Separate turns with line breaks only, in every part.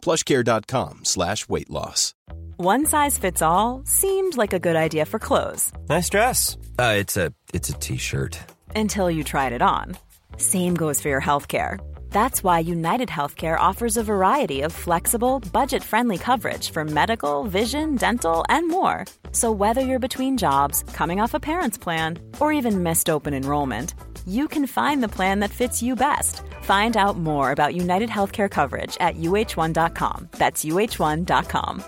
Plushcare.com slash weight loss.
One size fits all seemed like a good idea for clothes
Nice dress. Uh, it's a it's a t-shirt.
until you tried it on. Same goes for your healthcare. That's why United Healthcare offers a variety of flexible, budget friendly coverage for medical, vision, dental, and more. So, whether you're between jobs, coming off a parent's plan, or even missed open enrollment, you can find the plan that fits you best. Find out more about United Healthcare coverage at uh1.com. That's uh1.com.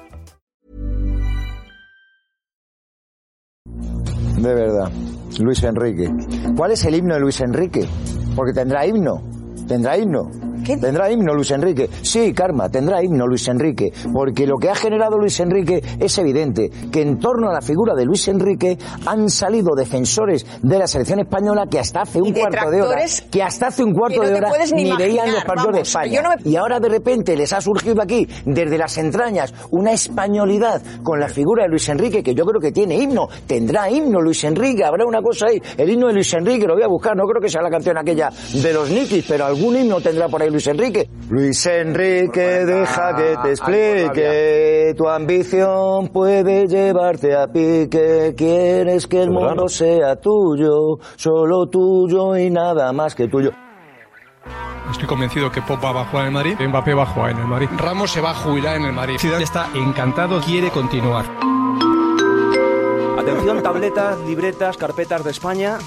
De verdad. Luis Enrique. ¿Cuál es el himno de Luis Enrique? Porque tendrá himno. Tendrá himno.
¿Qué?
Tendrá himno Luis Enrique. Sí, Karma, tendrá himno Luis Enrique. Porque lo que ha generado Luis Enrique es evidente. Que en torno a la figura de Luis Enrique han salido defensores de la selección española que hasta hace un cuarto de hora.
detractores
Que hasta hace un cuarto
que no
de
te
hora
puedes ni
veían
imaginar,
los partidos de
vamos,
España.
yo no me-
Y ahora de repente les ha surgido aquí, desde las entrañas, una españolidad con la figura de Luis Enrique, que yo creo que tiene himno, tendrá himno Luis Enrique, habrá una cosa ahí, el himno de Luis Enrique, lo voy a buscar, no creo que sea la canción aquella de los Nikis, pero algún himno tendrá por ahí Luis Enrique. Pues Luis Enrique, deja que te explique, tu ambición puede llevarte a pique, quieres que el mundo sea tuyo, solo tuyo y nada más que tuyo.
Estoy convencido que Pogba va a jugar en el Madrid, Mbappé va a jugar en el Madrid, Ramos se va a jubilar en el Madrid. Zidane está encantado, quiere continuar.
Atención, tabletas, libretas, carpetas de España.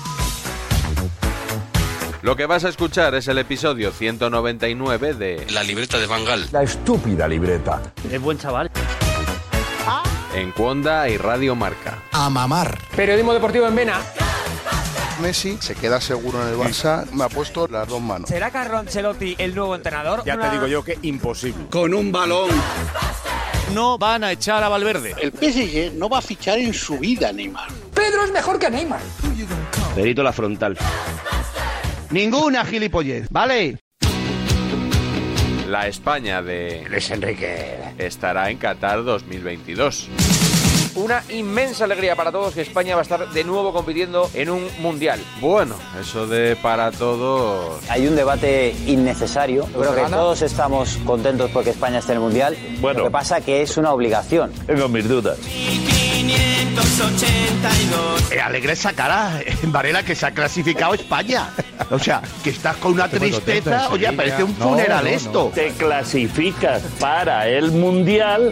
Lo que vas a escuchar es el episodio 199 de
La libreta de Bangal.
La estúpida libreta.
Es buen chaval.
En Cuonda y Radio Marca.
A mamar.
Periodismo deportivo en Vena.
Messi se queda seguro en el Barça. Me ha puesto las dos manos.
¿Será Carlo Ancelotti el nuevo entrenador?
Ya te digo yo que imposible.
Con un balón.
No van a echar a Valverde.
El PSG no va a fichar en su vida, Neymar.
Pedro es mejor que Neymar.
Perito la frontal.
Ninguna gilipollez, ¿vale?
La España de
Luis Enrique.
estará en Qatar 2022.
Una inmensa alegría para todos que España va a estar de nuevo compitiendo en un mundial.
Bueno, eso de para todos.
Hay un debate innecesario. Yo creo que
gana?
todos estamos contentos porque España está en el Mundial.
Bueno.
Lo que pasa que es una obligación.
Tengo mis dudas.
Eh, alegre sacará en Varela que se ha clasificado España. O sea, que estás con una tristeza. Oye, parece un funeral esto.
Te clasificas para el mundial.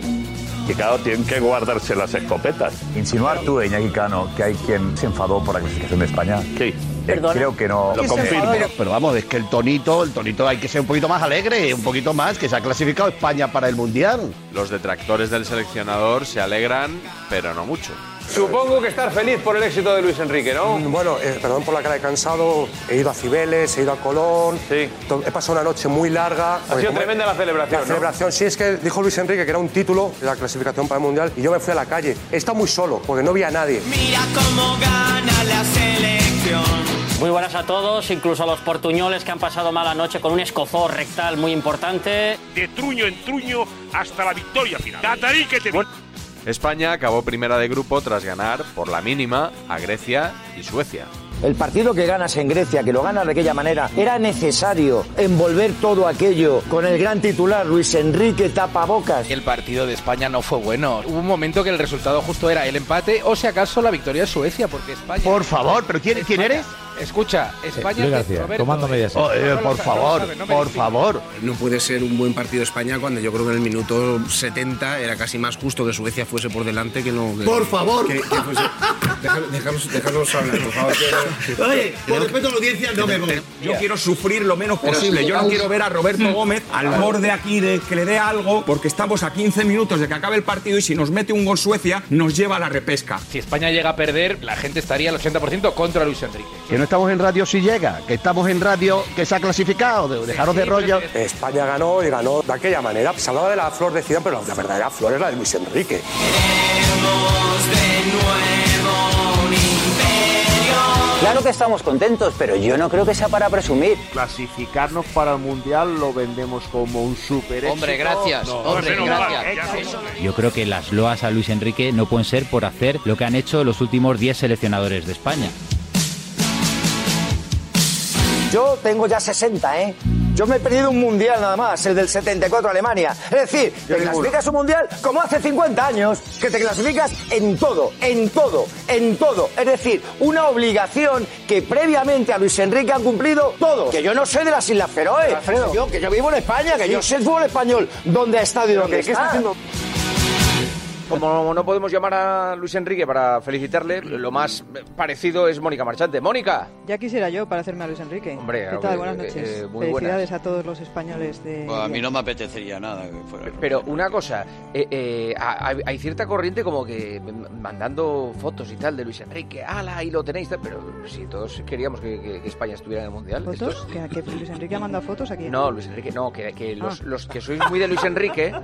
Y claro, tienen que guardarse las escopetas.
Insinuar tú, Iñaki Cano, que hay quien se enfadó por la clasificación de España.
Sí.
Eh, Creo que no.
Lo confirmo.
Pero vamos, es que el tonito, el tonito hay que ser un poquito más alegre, un poquito más, que se ha clasificado España para el Mundial.
Los detractores del seleccionador se alegran, pero no mucho.
Supongo que estar feliz por el éxito de Luis Enrique, ¿no?
Mm, Bueno, eh, perdón por la cara de cansado, he ido a Cibeles, he ido a Colón,
Sí.
he pasado una noche muy larga. Pues,
Ha sido tremenda la celebración. ¿no?
sí es que dijo Luis Enrique que era un título de la clasificación para el Mundial y yo me fui a la calle. He estado muy solo porque no vi a nadie.
Muy buenas a todos, incluso a los portuñoles que han pasado mala noche con un escozor rectal muy importante.
De truño en truño hasta la victoria final. Catarí que te...
España acabó primera de grupo tras ganar, por la mínima, a Grecia y Suecia.
El partido que ganas en Grecia, que lo ganas de aquella manera, era necesario envolver todo aquello con el gran titular Luis Enrique Tapabocas.
El partido de España no fue bueno. Hubo un momento que el resultado justo era el empate o si acaso la victoria de Suecia, porque España...
Por favor, pero ¿quién, ¿quién eres?
Escucha, España... Eh, tomando medias.
Oh, eh, por favor, por favor.
No puede ser un buen partido España cuando yo creo que en el minuto 70 era casi más justo que Suecia fuese por delante que no... que-
Por favor.
que- que
eh,
fuese- Deja- Dejamos dejamos hablar, por favor. que-
Oye, por respeto a la audiencia, no me voy.
Yo quiero sufrir lo menos posible. Yo no quiero ver a Roberto Gómez al borde aquí de que le dé algo, porque estamos a 15 minutos de que acabe el partido y si nos mete un gol Suecia, nos lleva a la repesca. Si España llega a perder, la gente estaría al 80% contra Luis Enrique.
Que no no estamos en Radio Si Llega, que estamos en Radio que se ha clasificado, de- dejaros de rollo.
España ganó y ganó de aquella manera. Se hablaba de la flor de Zidane, pero la verdadera flor es la de Luis Enrique.
Claro que estamos contentos, pero yo no creo que sea para presumir.
Clasificarnos para el mundial lo vendemos como un super
Hombre, gracias. hombre, gracias.
Yo creo que las loas a Luis Enrique no pueden ser por hacer lo que han hecho los últimos 10 seleccionadores de España.
Yo tengo ya 60, ¿eh? Yo me he perdido un mundial nada más, el del 74 Alemania. Es decir, te
ninguno.
clasificas un mundial como hace 50 años, que te clasificas en todo, en todo, en todo. Es decir, una obligación que previamente a Luis Enrique han cumplido todos. Que yo no soy de las Islas Feroe,
Alfredo.
yo, que yo vivo en España, que yo sé el fútbol español, dónde ha estado y
Pero
dónde
que, ¿qué está
está.
haciendo? Como no podemos llamar a Luis Enrique para felicitarle, lo más parecido es Mónica Marchante. Mónica,
Ya quisiera yo para hacerme a Luis Enrique.
Hombre,
¿Qué
hombre,
tal? Buenas
eh,
noches.
eh, muy
Felicidades a todos los españoles de.
Pues A mí no me apetecería nada que fuera.
pero una cosa, eh, eh, ha- ha- hay cierta corriente como que mandando fotos y tal de Luis Enrique, ala, ahí lo tenéis, tal", pero si todos queríamos que, que- que España estuviera en el Mundial. esto
¿Fotos? ¿Que, que Luis Enrique ha mandado fotos aquí?
No, Luis Enrique, no, que, que los,
Ah.
los que sois muy de Luis Enrique,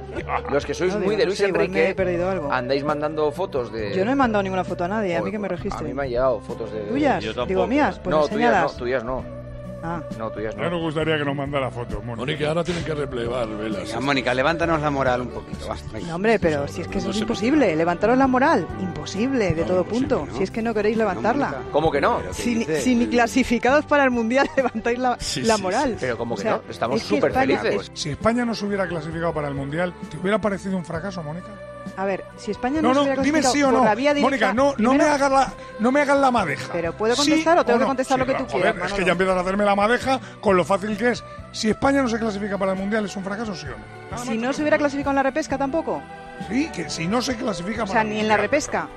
los que sois
No,
muy
digo,
de
no
Luis
sé, igual
Enrique,
me he perdido algo.
andáis mandando fotos de...
Yo no he mandado ninguna foto a nadie, a mí que me
Eh, A mí
registre.
me han llegado fotos de...
¿Tuyas? Yo Digo, tampoco. mías, pues
no,
enséñalas.
tuyas no, tuyas
no. Ah.
No, tuyas no.
Ya nos gustaría que nos mandara fotos, Mónica. ahora tienen que replegar velas.
Venga, Mónica, levántanos la moral un poquito. va.
No, hombre, pero si es que eso es imposible. Levantaros la moral. Imposible, de todo punto. Si es que no queréis levantarla.
¿Cómo que no?
Si, ni- si ni clasificados para el mundial levantáis la, la moral.
Pero como
O
que
sea,
no, estamos
es que
súper
España-
felices.
Si España no se hubiera clasificado para el Mundial, ¿te hubiera parecido un fracaso, Mónica?
A ver, si España no,
No,
se
no,
hubiera
dime sí o
clasificado
no.
por la vía directa,
Mónica, no, no, me
primero-
hagas la, no me hagas la madeja.
Pero ¿puedo
¿Sí
contestar o tengo
no?
que contestar
Sí,
lo que tú
joder,
quieras,
Es que
Manolo?
ya empiezas a hacerme la madeja con lo fácil que es. Si España no se clasifica para el Mundial, ¿es un fracaso, sí o no?
Si no se hubiera clasificado en la repesca tampoco.
Sí, que si no se clasifica
O
para
sea,
el
ni en la
Mundial.
repesca.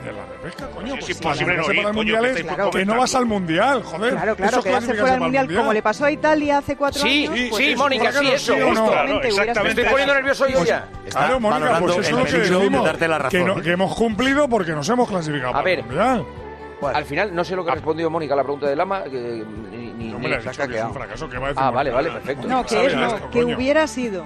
En la repesca, coño.
es
pues si clasificarse
imposible no ir,
para el
coño,
Mundial
que
es
estáis
que, no vas al Mundial, joder.
Claro,
Eso
claro,
es
quedarse
clasificarse
fuera del
para el
mundial, como le pasó a Italia hace cuatro
Sí,
años.
sí,
pues
sí,
es
Mónica,
un
sí,
fracaso,
eso.
sí,
Justo.
justamente,
Claro,
hubiera
exactamente. Me
sido-
estoy poniendo nervioso yo ya.
Está Claro, Mónica, pues eso es lo que decimos. Que, no- que hemos cumplido porque nos hemos clasificado.
A
para el
ver.
Mundial.
Al final, no sé lo que ha respondido Mónica a la pregunta de Lama, que eh, ni, ni,
Ah. No
ni
me lo has
se ha
dicho, que es
caqueado.
un fracaso, que va a decir
Ah, vale,
Mónica.
vale, perfecto.
No, que es no, que hubiera sido.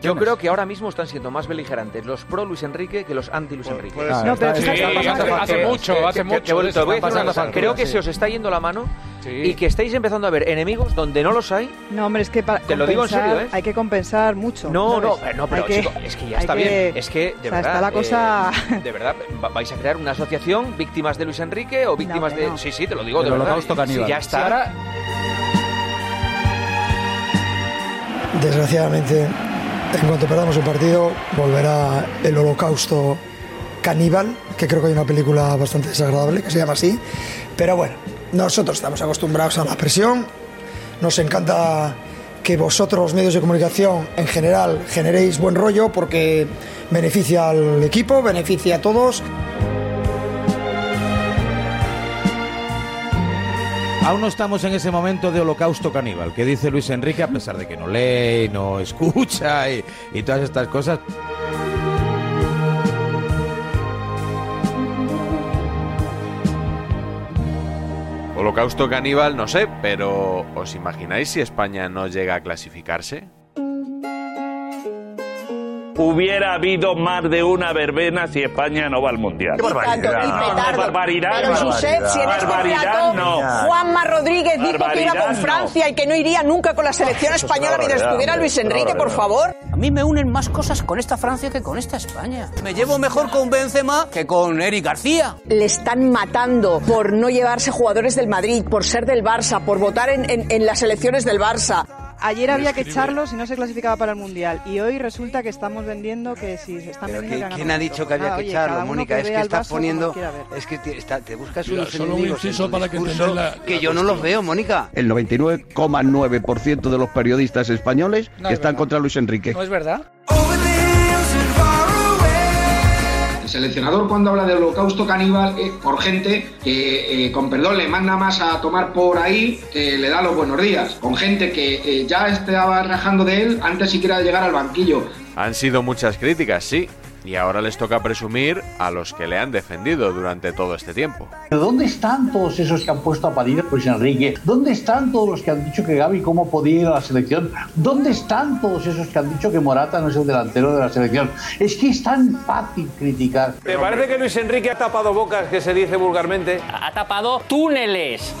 Yo creo que ahora mismo están siendo más beligerantes los pro Luis Enrique que los anti
Pues
Luis Enrique.
Ah,
ser. No, pero fíjate,
Sí,
hace-
está-
hace
eh,
mucho,
eh,
hace
que-
mucho
que- que-
de eso,
te voy a decir
están
una
pasando
cosa. Creo
factura,
que
sí.
se os está yendo la mano y que estáis empezando a ver enemigos donde no los hay.
No, hombre, es que para
Te lo digo en
compensar
serio, ¿eh?
hay que compensar mucho.
No, eh, no,
¿sabes?
no, pero
Hay que-
chico, es que ya
hay
está
que-
bien. Es que, de
o sea,
verdad.
Está la
eh,
cosa.
de verdad, va- vais a crear una asociación, víctimas de Luis Enrique o víctimas
hombre,
de.
no.
Sí, sí, te lo digo,
Del
de verdad.
holocausto caníbal.
Sí, ya está.
Sí, ahora-
Desgraciadamente, en cuanto perdamos un partido, volverá el holocausto caníbal, que creo que hay una película bastante desagradable que se llama así. Pero bueno, nosotros estamos acostumbrados a la presión, nos encanta que vosotros, los medios de comunicación en general, generéis buen rollo porque beneficia al equipo, beneficia a todos.
Aún no estamos en ese momento de holocausto caníbal que dice Luis Enrique, a pesar de que no lee, no escucha y, y todas estas cosas.
Holocausto caníbal, no sé, pero ¿os imagináis si España no llega a clasificarse?
Hubiera habido más de una verbena si España no va al mundial.
Qué barbaridad.
No, no,
petardo.
barbaridad.
Pero
no.
Josep, si en este
barbaridad,
plató
no.
Juanma Rodríguez dijo que iba
Barbaridad,
con
no.
Francia y que no iría nunca con la selección
Eso es una
española mientras
barbaridad,
estuviera
hombre,
Luis
es una
Enrique, por
barbaridad.
favor. A mí me unen más cosas con esta Francia que con esta España. Me llevo mejor con Benzema que con Eric García. Le están matando por no llevarse jugadores del Madrid, por ser del Barça, por votar en, en- en las elecciones del Barça.
Ayer había que echarlo si no se clasificaba para el mundial. Y hoy resulta que estamos vendiendo que si se están
Pero
vendiendo.
¿quién,
que han
quién ha
ganado.
dicho que había
Nada, Ah,
que
oye,
echarlo,
cada uno
Mónica? es
vea
que
el
estás
vaso como
poniendo...
quiera ver.
Es que te, está- te buscas
Mira,
unos
solo un
enemigos en
inciso
tu
para que
discurso
entendáis la- la
que yo no los veo, Mónica.
El 99,9% de los periodistas españoles
No es
están
verdad.
contra Luis Enrique.
es verdad?
El seleccionador cuando habla de holocausto caníbal es por gente que, eh, con perdón, le manda más a tomar por ahí que le da los buenos días. Con gente que eh, ya estaba rajando de él antes siquiera de llegar al banquillo.
Han sido muchas críticas, sí, Y ahora les toca presumir a los que le han defendido durante todo este tiempo.
¿Pero dónde están todos esos que han puesto a parir a Luis Enrique? ¿Dónde están todos los que han dicho que Gaby cómo podía ir a la selección? ¿Dónde están todos esos que han dicho que Morata no es el delantero de la selección? Es que es tan fácil criticar.
¿Te parece que Luis Enrique ha tapado bocas, que se dice vulgarmente?
Ha tapado túneles.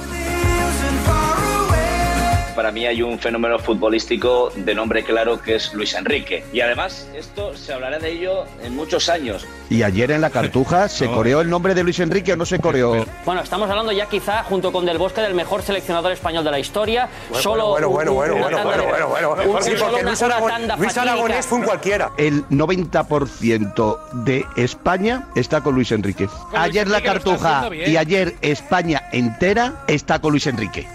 Para mí hay un fenómeno futbolístico de nombre claro que es Luis Enrique. Y además, esto se hablará de ello en muchos años.
Y ayer en la Cartuja se coreó el nombre de Luis Enrique o no se coreó.
Bueno, estamos hablando ya quizá junto con Del Bosque del mejor seleccionador español de la historia. Solo
bueno, bueno, bueno,
una
bueno,
tanda
bueno,
de-
bueno, bueno, bueno.
un-
Sí,
solo
porque
una-
Luis
una
Aragon-
tanda
Luis
fatídica.
Aragonés fue un cualquiera. El 90% de España está con Luis Enrique. Ayer la
Enrique lo está
Cartuja
haciendo bien.
y ayer España entera está con Luis Enrique.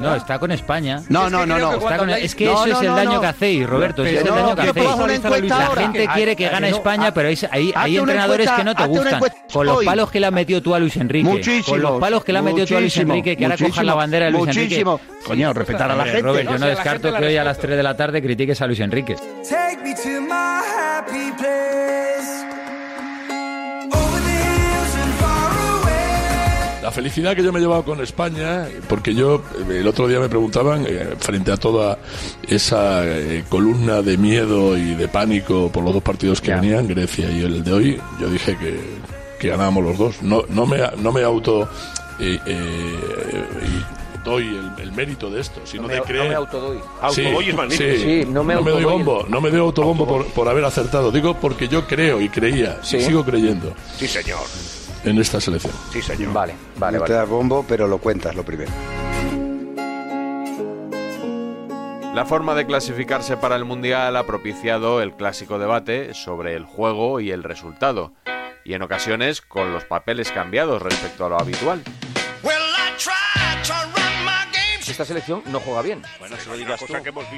No, está con España.
No, no, no, no.
Está con- es que
No,
eso
no,
es el
no,
daño
no.
que hacéis, Roberto. ese es el
Pero
daño
no,
que
que
hacéis.
pongas una encuesta
La
ahora.
gente quiere que
Haz-
gane
haz-
España, pero hay, hay, hay
hazte una
entrenadores
encuesta-
que no te
hazte una
gustan.
encuesta
Con los
hoy.
palos que le has metido tú a Luis Enrique. Con los palos que le has metido tú a Luis
muchísimo,
Enrique, que ahora cojas la
muchísimo,
bandera de Luis
muchísimo.
Enrique.
Coño, respetar a la
Hombre,
gente.
Robert, yo
No, si
no
a la
descarto
gente la
que hoy a las 3 de la tarde critiques a Luis Enrique.
Take me to my happy place.
La felicidad que yo me he llevado con España, porque yo eh, el otro día me preguntaban, eh, frente a toda esa eh, columna de miedo y de pánico por los dos partidos que venían, Grecia y el de hoy, yo dije que, que ganábamos los dos. No, no, me, no me auto... eh, eh, y doy el, el mérito de esto, sino
No
de
me,
creer.
no me autodoy.
Sí,
Sí,
sí.
no me,
doy
autodoy.
bombo, no me doy autobombo por, por haber acertado. Digo porque yo creo y creía, y sigo creyendo
Sí, señor.
en esta selección.
Sí, señor.
Vale,
vale,
No te das bombo, pero lo cuentas lo primero.
La forma de clasificarse para el Mundial ha propiciado el clásico debate sobre el juego y el resultado, y en ocasiones con los papeles cambiados respecto a lo habitual.
Esta selección no juega bien. Bueno, se lo digas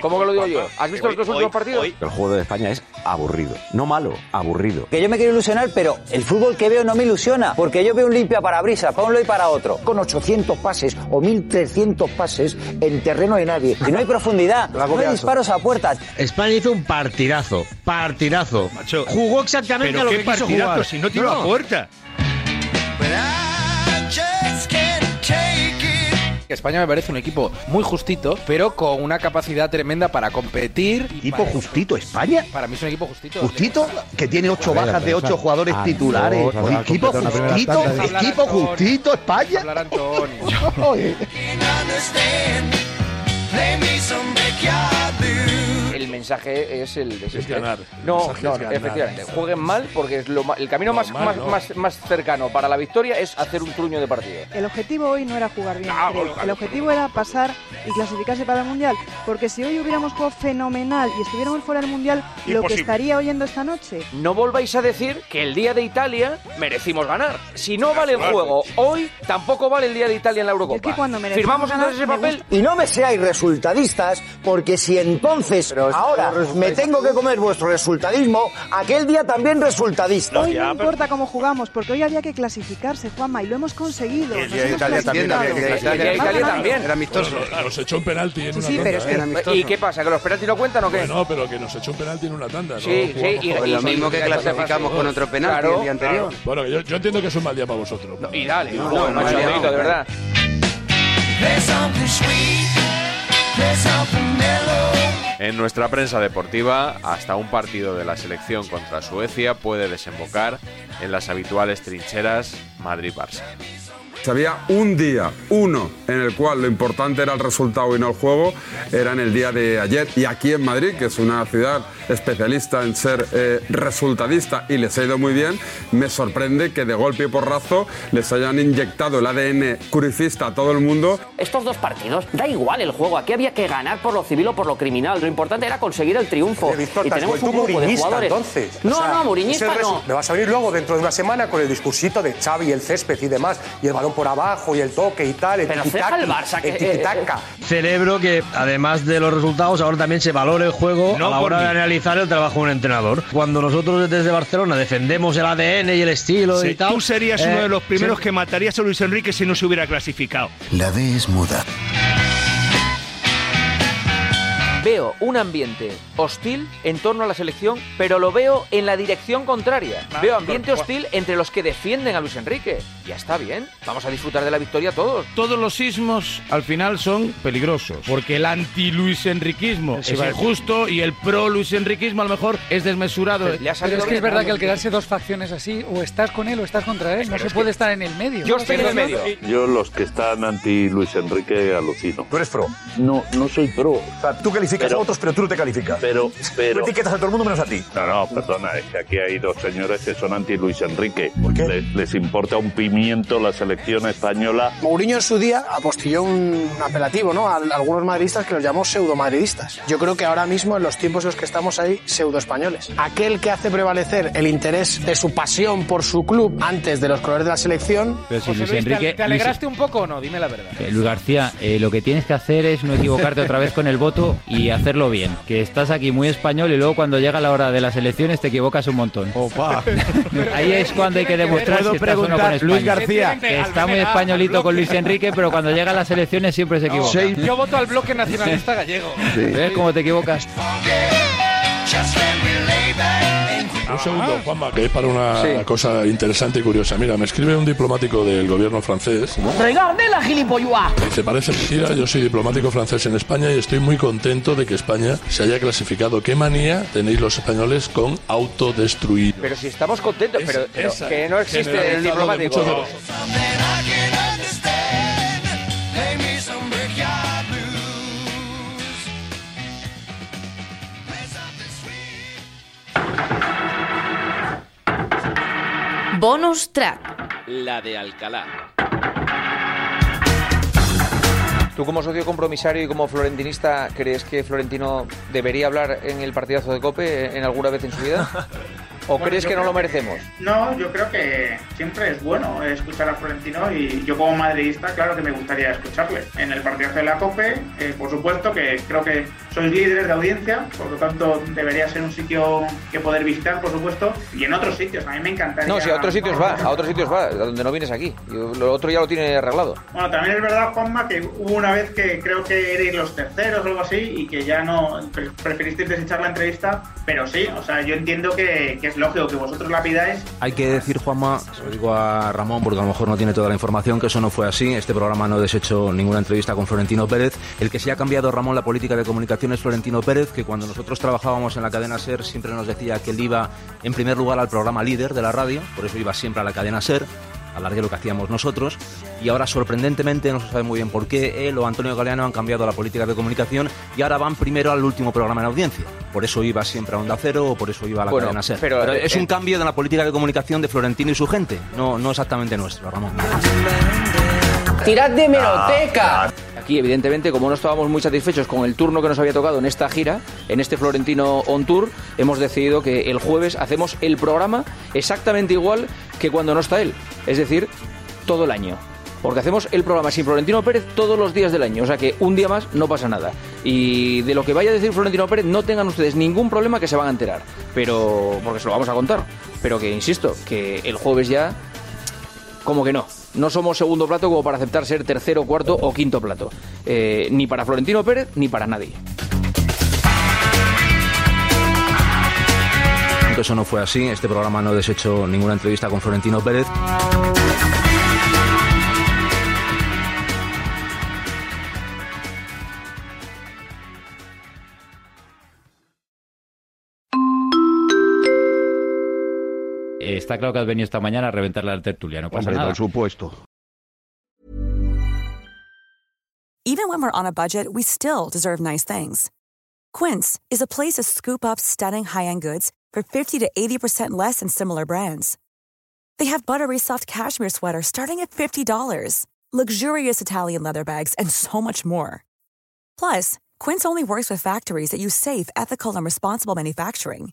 ¿Cómo que lo digo yo?
¿Has visto los dos últimos partidos?
El juego de España es aburrido. No malo, aburrido. Que yo me quiero ilusionar, pero el fútbol que veo no me ilusiona, porque yo veo un limpia parabrisas para un lado y para otro.
Con 800 pases o 1300 pases en terreno de nadie.
Y no hay profundidad, no hay disparos a puertas.
España hizo un partidazo, partidazo. Jugó exactamente
pero
a lo
qué
que quiso
partidazo,
jugar.
si no tiró a puerta.
España me parece un equipo muy justito, pero con una capacidad tremenda para competir.
¿Equipo justito España?
Para mí es un equipo justito.
Justito, que tiene ocho
A ver,
bajas de
Antonio,
ocho jugadores
Antonio,
titulares.
se habrá
Equipo
completado una primera
justito,
tanda de-
equipo justito, España. Oye.
El mensaje es el de siempre.
ganar.
No,
mensaje
no,
es ganar.
efectivamente. Jueguen mal porque es lo ma- el camino
No,
más,
mal
más,
no.
más- más cercano para la victoria es hacer un truño de partido.
El objetivo hoy no era jugar bien,
Ah,
creo.
bueno,
el objetivo era pasar y clasificarse para el Mundial, porque si hoy hubiéramos jugado fenomenal y estuviéramos fuera del Mundial, lo que
Imposible.
estaría oyendo esta noche.
No volváis a decir que el día de Italia merecimos ganar. Si no vale el juego hoy, tampoco vale el día de Italia en la Eurocopa.
que cuando merecemos
Firmamos
ganar,
entonces ese
me
papel.
Y no me seáis resultadistas, porque si entonces ahora me tengo que comer vuestro resultadismo, aquel día también resultadista.
Hoy no importa cómo jugamos, porque hoy había que clasificarse, Juanma, y lo hemos conseguido. Nos hemos clasificado.
Era amistoso. Nos, nos echó un penalti en una tanda. ¿eh?
¿Y qué pasa? ¿Que los penaltis no cuentan o qué?
Bueno, pero que nos echó un penalti en una tanda.
Sí,
¿no?
sí,
Jugamos
y-
con-
y- Lo mismo que
y-
clasificamos
y-
con otro penalti
Claro,
el día anterior.
claro. Bueno, que yo, yo entiendo que es un mal día para vosotros.
Y dale,
Y
no,
juego,
no, no,
macho,
no, de verdad.
En nuestra prensa deportiva, hasta un partido de la selección contra Suecia puede desembocar en las habituales trincheras Madrid-Barça.
Había un día, uno, en el cual lo importante era el resultado y no el juego, era en el día de ayer. Y aquí en Madrid, que es una ciudad especialista en ser eh, resultadista y les ha ido muy bien, me sorprende que de golpe y porrazo les hayan inyectado el ADN crucifista a todo el mundo.
Estos dos partidos, da igual el juego, aquí había que ganar por lo civil o por lo criminal, lo importante era conseguir el triunfo.
Víctor,
y
te has
tenemos
vuelto
un grupo de
mourinhista,
jugadores.
entonces.
No,
O sea,
no,
es
mourinhista
el resu-
no.
Me vas a venir luego dentro de una semana con el discursito de Xavi, el césped y demás, y el balón por abajo y el toque y tal, el
Pero ceja
tiquitaqui,
el Barça, que- eh,
el tiquitaca.
Celebro que además de los resultados ahora también se valore el juego
No
a la
por
hora de
mí.
analizar el trabajo de un entrenador. Cuando nosotros desde Barcelona defendemos el ADN y el estilo
Sí,
y tal,
Tú serías
eh,
uno de los primeros
sí.
que matarías a Luis Enrique si no se hubiera clasificado.
La D es muda.
veo un ambiente hostil en torno a la selección, pero lo veo en la dirección contraria.
Claro,
Veo ambiente
por-
hostil entre los que defienden a Luis Enrique. Ya está bien, vamos a disfrutar de la victoria todos.
Todos los sismos al final son peligrosos, porque el anti-Luis Enriquismo
Eso
es
iba a decir.
injusto y el pro-Luis Enriquismo a lo mejor es desmesurado.
Pero es que es verdad que al quedarse dos facciones así, o estás con él o estás contra él, no se puede estar en el medio.
Yo los que están anti Luis Enrique alucino. ¿Tú eres pro? No, no soy pro. O sea, tú calificas a otros, pero tú no te calificas. Pero, pero...
Tú etiquetas
a todo el mundo menos a ti. No, no, perdona, es que aquí hay dos señores que son anti Luis Enrique. ¿Por qué? Les, les importa un pimiento la selección española.
Mourinho en su día apostilló un apelativo ¿no? a algunos madridistas que los llamó pseudo-madridistas. Yo creo que ahora mismo, en los tiempos en los que estamos, hay pseudo-españoles. Aquel que hace prevalecer el interés de su pasión por su club antes de los colores de la selección.
Pero si Luis Enrique,
¿Te
Luis-
alegraste un poco o no? Dime la verdad.
eh, Luis García, eh, lo que tienes que hacer es no equivocarte otra vez con el voto y hacerlo bien. Que estás aquí muy español y luego cuando llega la hora de las elecciones te equivocas un montón. Ahí es cuando hay que demostrar
Puedo
si estás o no con
preguntar,
España.
Luis García.
Que está muy españolito con Luis Enrique, pero cuando llega a las elecciones siempre se equivoca.
Yo voto al bloque nacionalista gallego.
¿Ves cómo te equivocas?
Ah.
Un segundo, Juanma, que es para una cosa interesante y curiosa. Mira, me escribe un diplomático del gobierno francés.
¡Regarde la gilipollua!
Dice, parece mentira, yo soy diplomático francés en España y estoy muy contento de que España se haya clasificado. ¿Qué manía tenéis los españoles con autodestruir?
Pero si estamos contentos, pero, pero
esa
que no existe el
generalizado de
diplomático.
muchos de
Bonus track.
La de Alcalá. ¿Tú como socio compromisario y como florentinista crees que Florentino debería hablar en el partidazo de Cope en alguna vez en su vida? ¿O
Bueno,
crees
yo
que no
creo
lo merecemos?
No, yo creo que siempre es bueno escuchar a Florentino y yo como madridista, claro que me gustaría escucharle. En el partidazo de la COPE, eh, por supuesto que creo que sois líderes de audiencia, por lo tanto debería ser un sitio que poder visitar, por supuesto, y en otros sitios, a mí me encantaría.
No, si a otros sitios va, a otros sitios va, a donde no vienes aquí. Yo- Lo otro ya lo tiene arreglado.
Bueno, también es verdad, Juanma, que hubo una vez que creo que erais los terceros o algo así y que ya no pre- preferisteis desechar la entrevista, pero sí, o sea, yo entiendo que, que es lógico que vosotros la pidáis
Hay que decir, Juanma, se lo digo a Ramón porque a lo mejor no tiene toda la información, que eso no fue así. Este programa no ha deshecho ninguna entrevista con Florentino Pérez. El que sí ha cambiado, Ramón, la política de comunicación es Florentino Pérez, que cuando nosotros trabajábamos en la cadena SER siempre nos decía que él iba en primer lugar al programa líder de la radio, por eso iba siempre a la cadena SER, hablar de lo que hacíamos nosotros. Y ahora, sorprendentemente, no se sabe muy bien por qué, él o Antonio Galeano han cambiado la política de comunicación y ahora van primero al último programa en audiencia. Por eso iba siempre a Onda Cero o por eso iba a la
Bueno,
cadena SER.
pero, eh,
es un
eh,
cambio de la política de comunicación de Florentino y su gente, no, no exactamente nuestro, Ramón.
¡Tirad de meroteca! Ah, Aquí, evidentemente, como no estábamos muy satisfechos con el turno que nos había tocado en esta gira, en este Florentino On Tour, hemos decidido que el jueves hacemos el programa exactamente igual que cuando no está él. Es decir, todo el año. Porque hacemos el programa sin Florentino Pérez todos los días del año. O sea que un día más no pasa nada. Y de lo que vaya a decir Florentino Pérez, no tengan ustedes ningún problema que se van a enterar. Pero. porque se lo vamos a contar. Pero que insisto, que el jueves ya como que no. No somos segundo plato como para aceptar ser tercero, cuarto o quinto plato. Eh, ni para Florentino Pérez ni para nadie.
Que Eso no fue así, este programa no ha deshecho ninguna entrevista con Florentino Pérez.
Eh, Está claro que has venido esta mañana a reventar la tertulia, no pasa
Hombre,
nada.
por
supuesto.
Even when we're on a budget, we still deserve nice things. Quince is a place to scoop up stunning high-end goods for 50 to 80% less than similar brands. They have buttery soft cashmere sweaters starting at $50, luxurious Italian leather bags, and so much more. Plus, Quince only works with factories that use safe, ethical, and responsible manufacturing.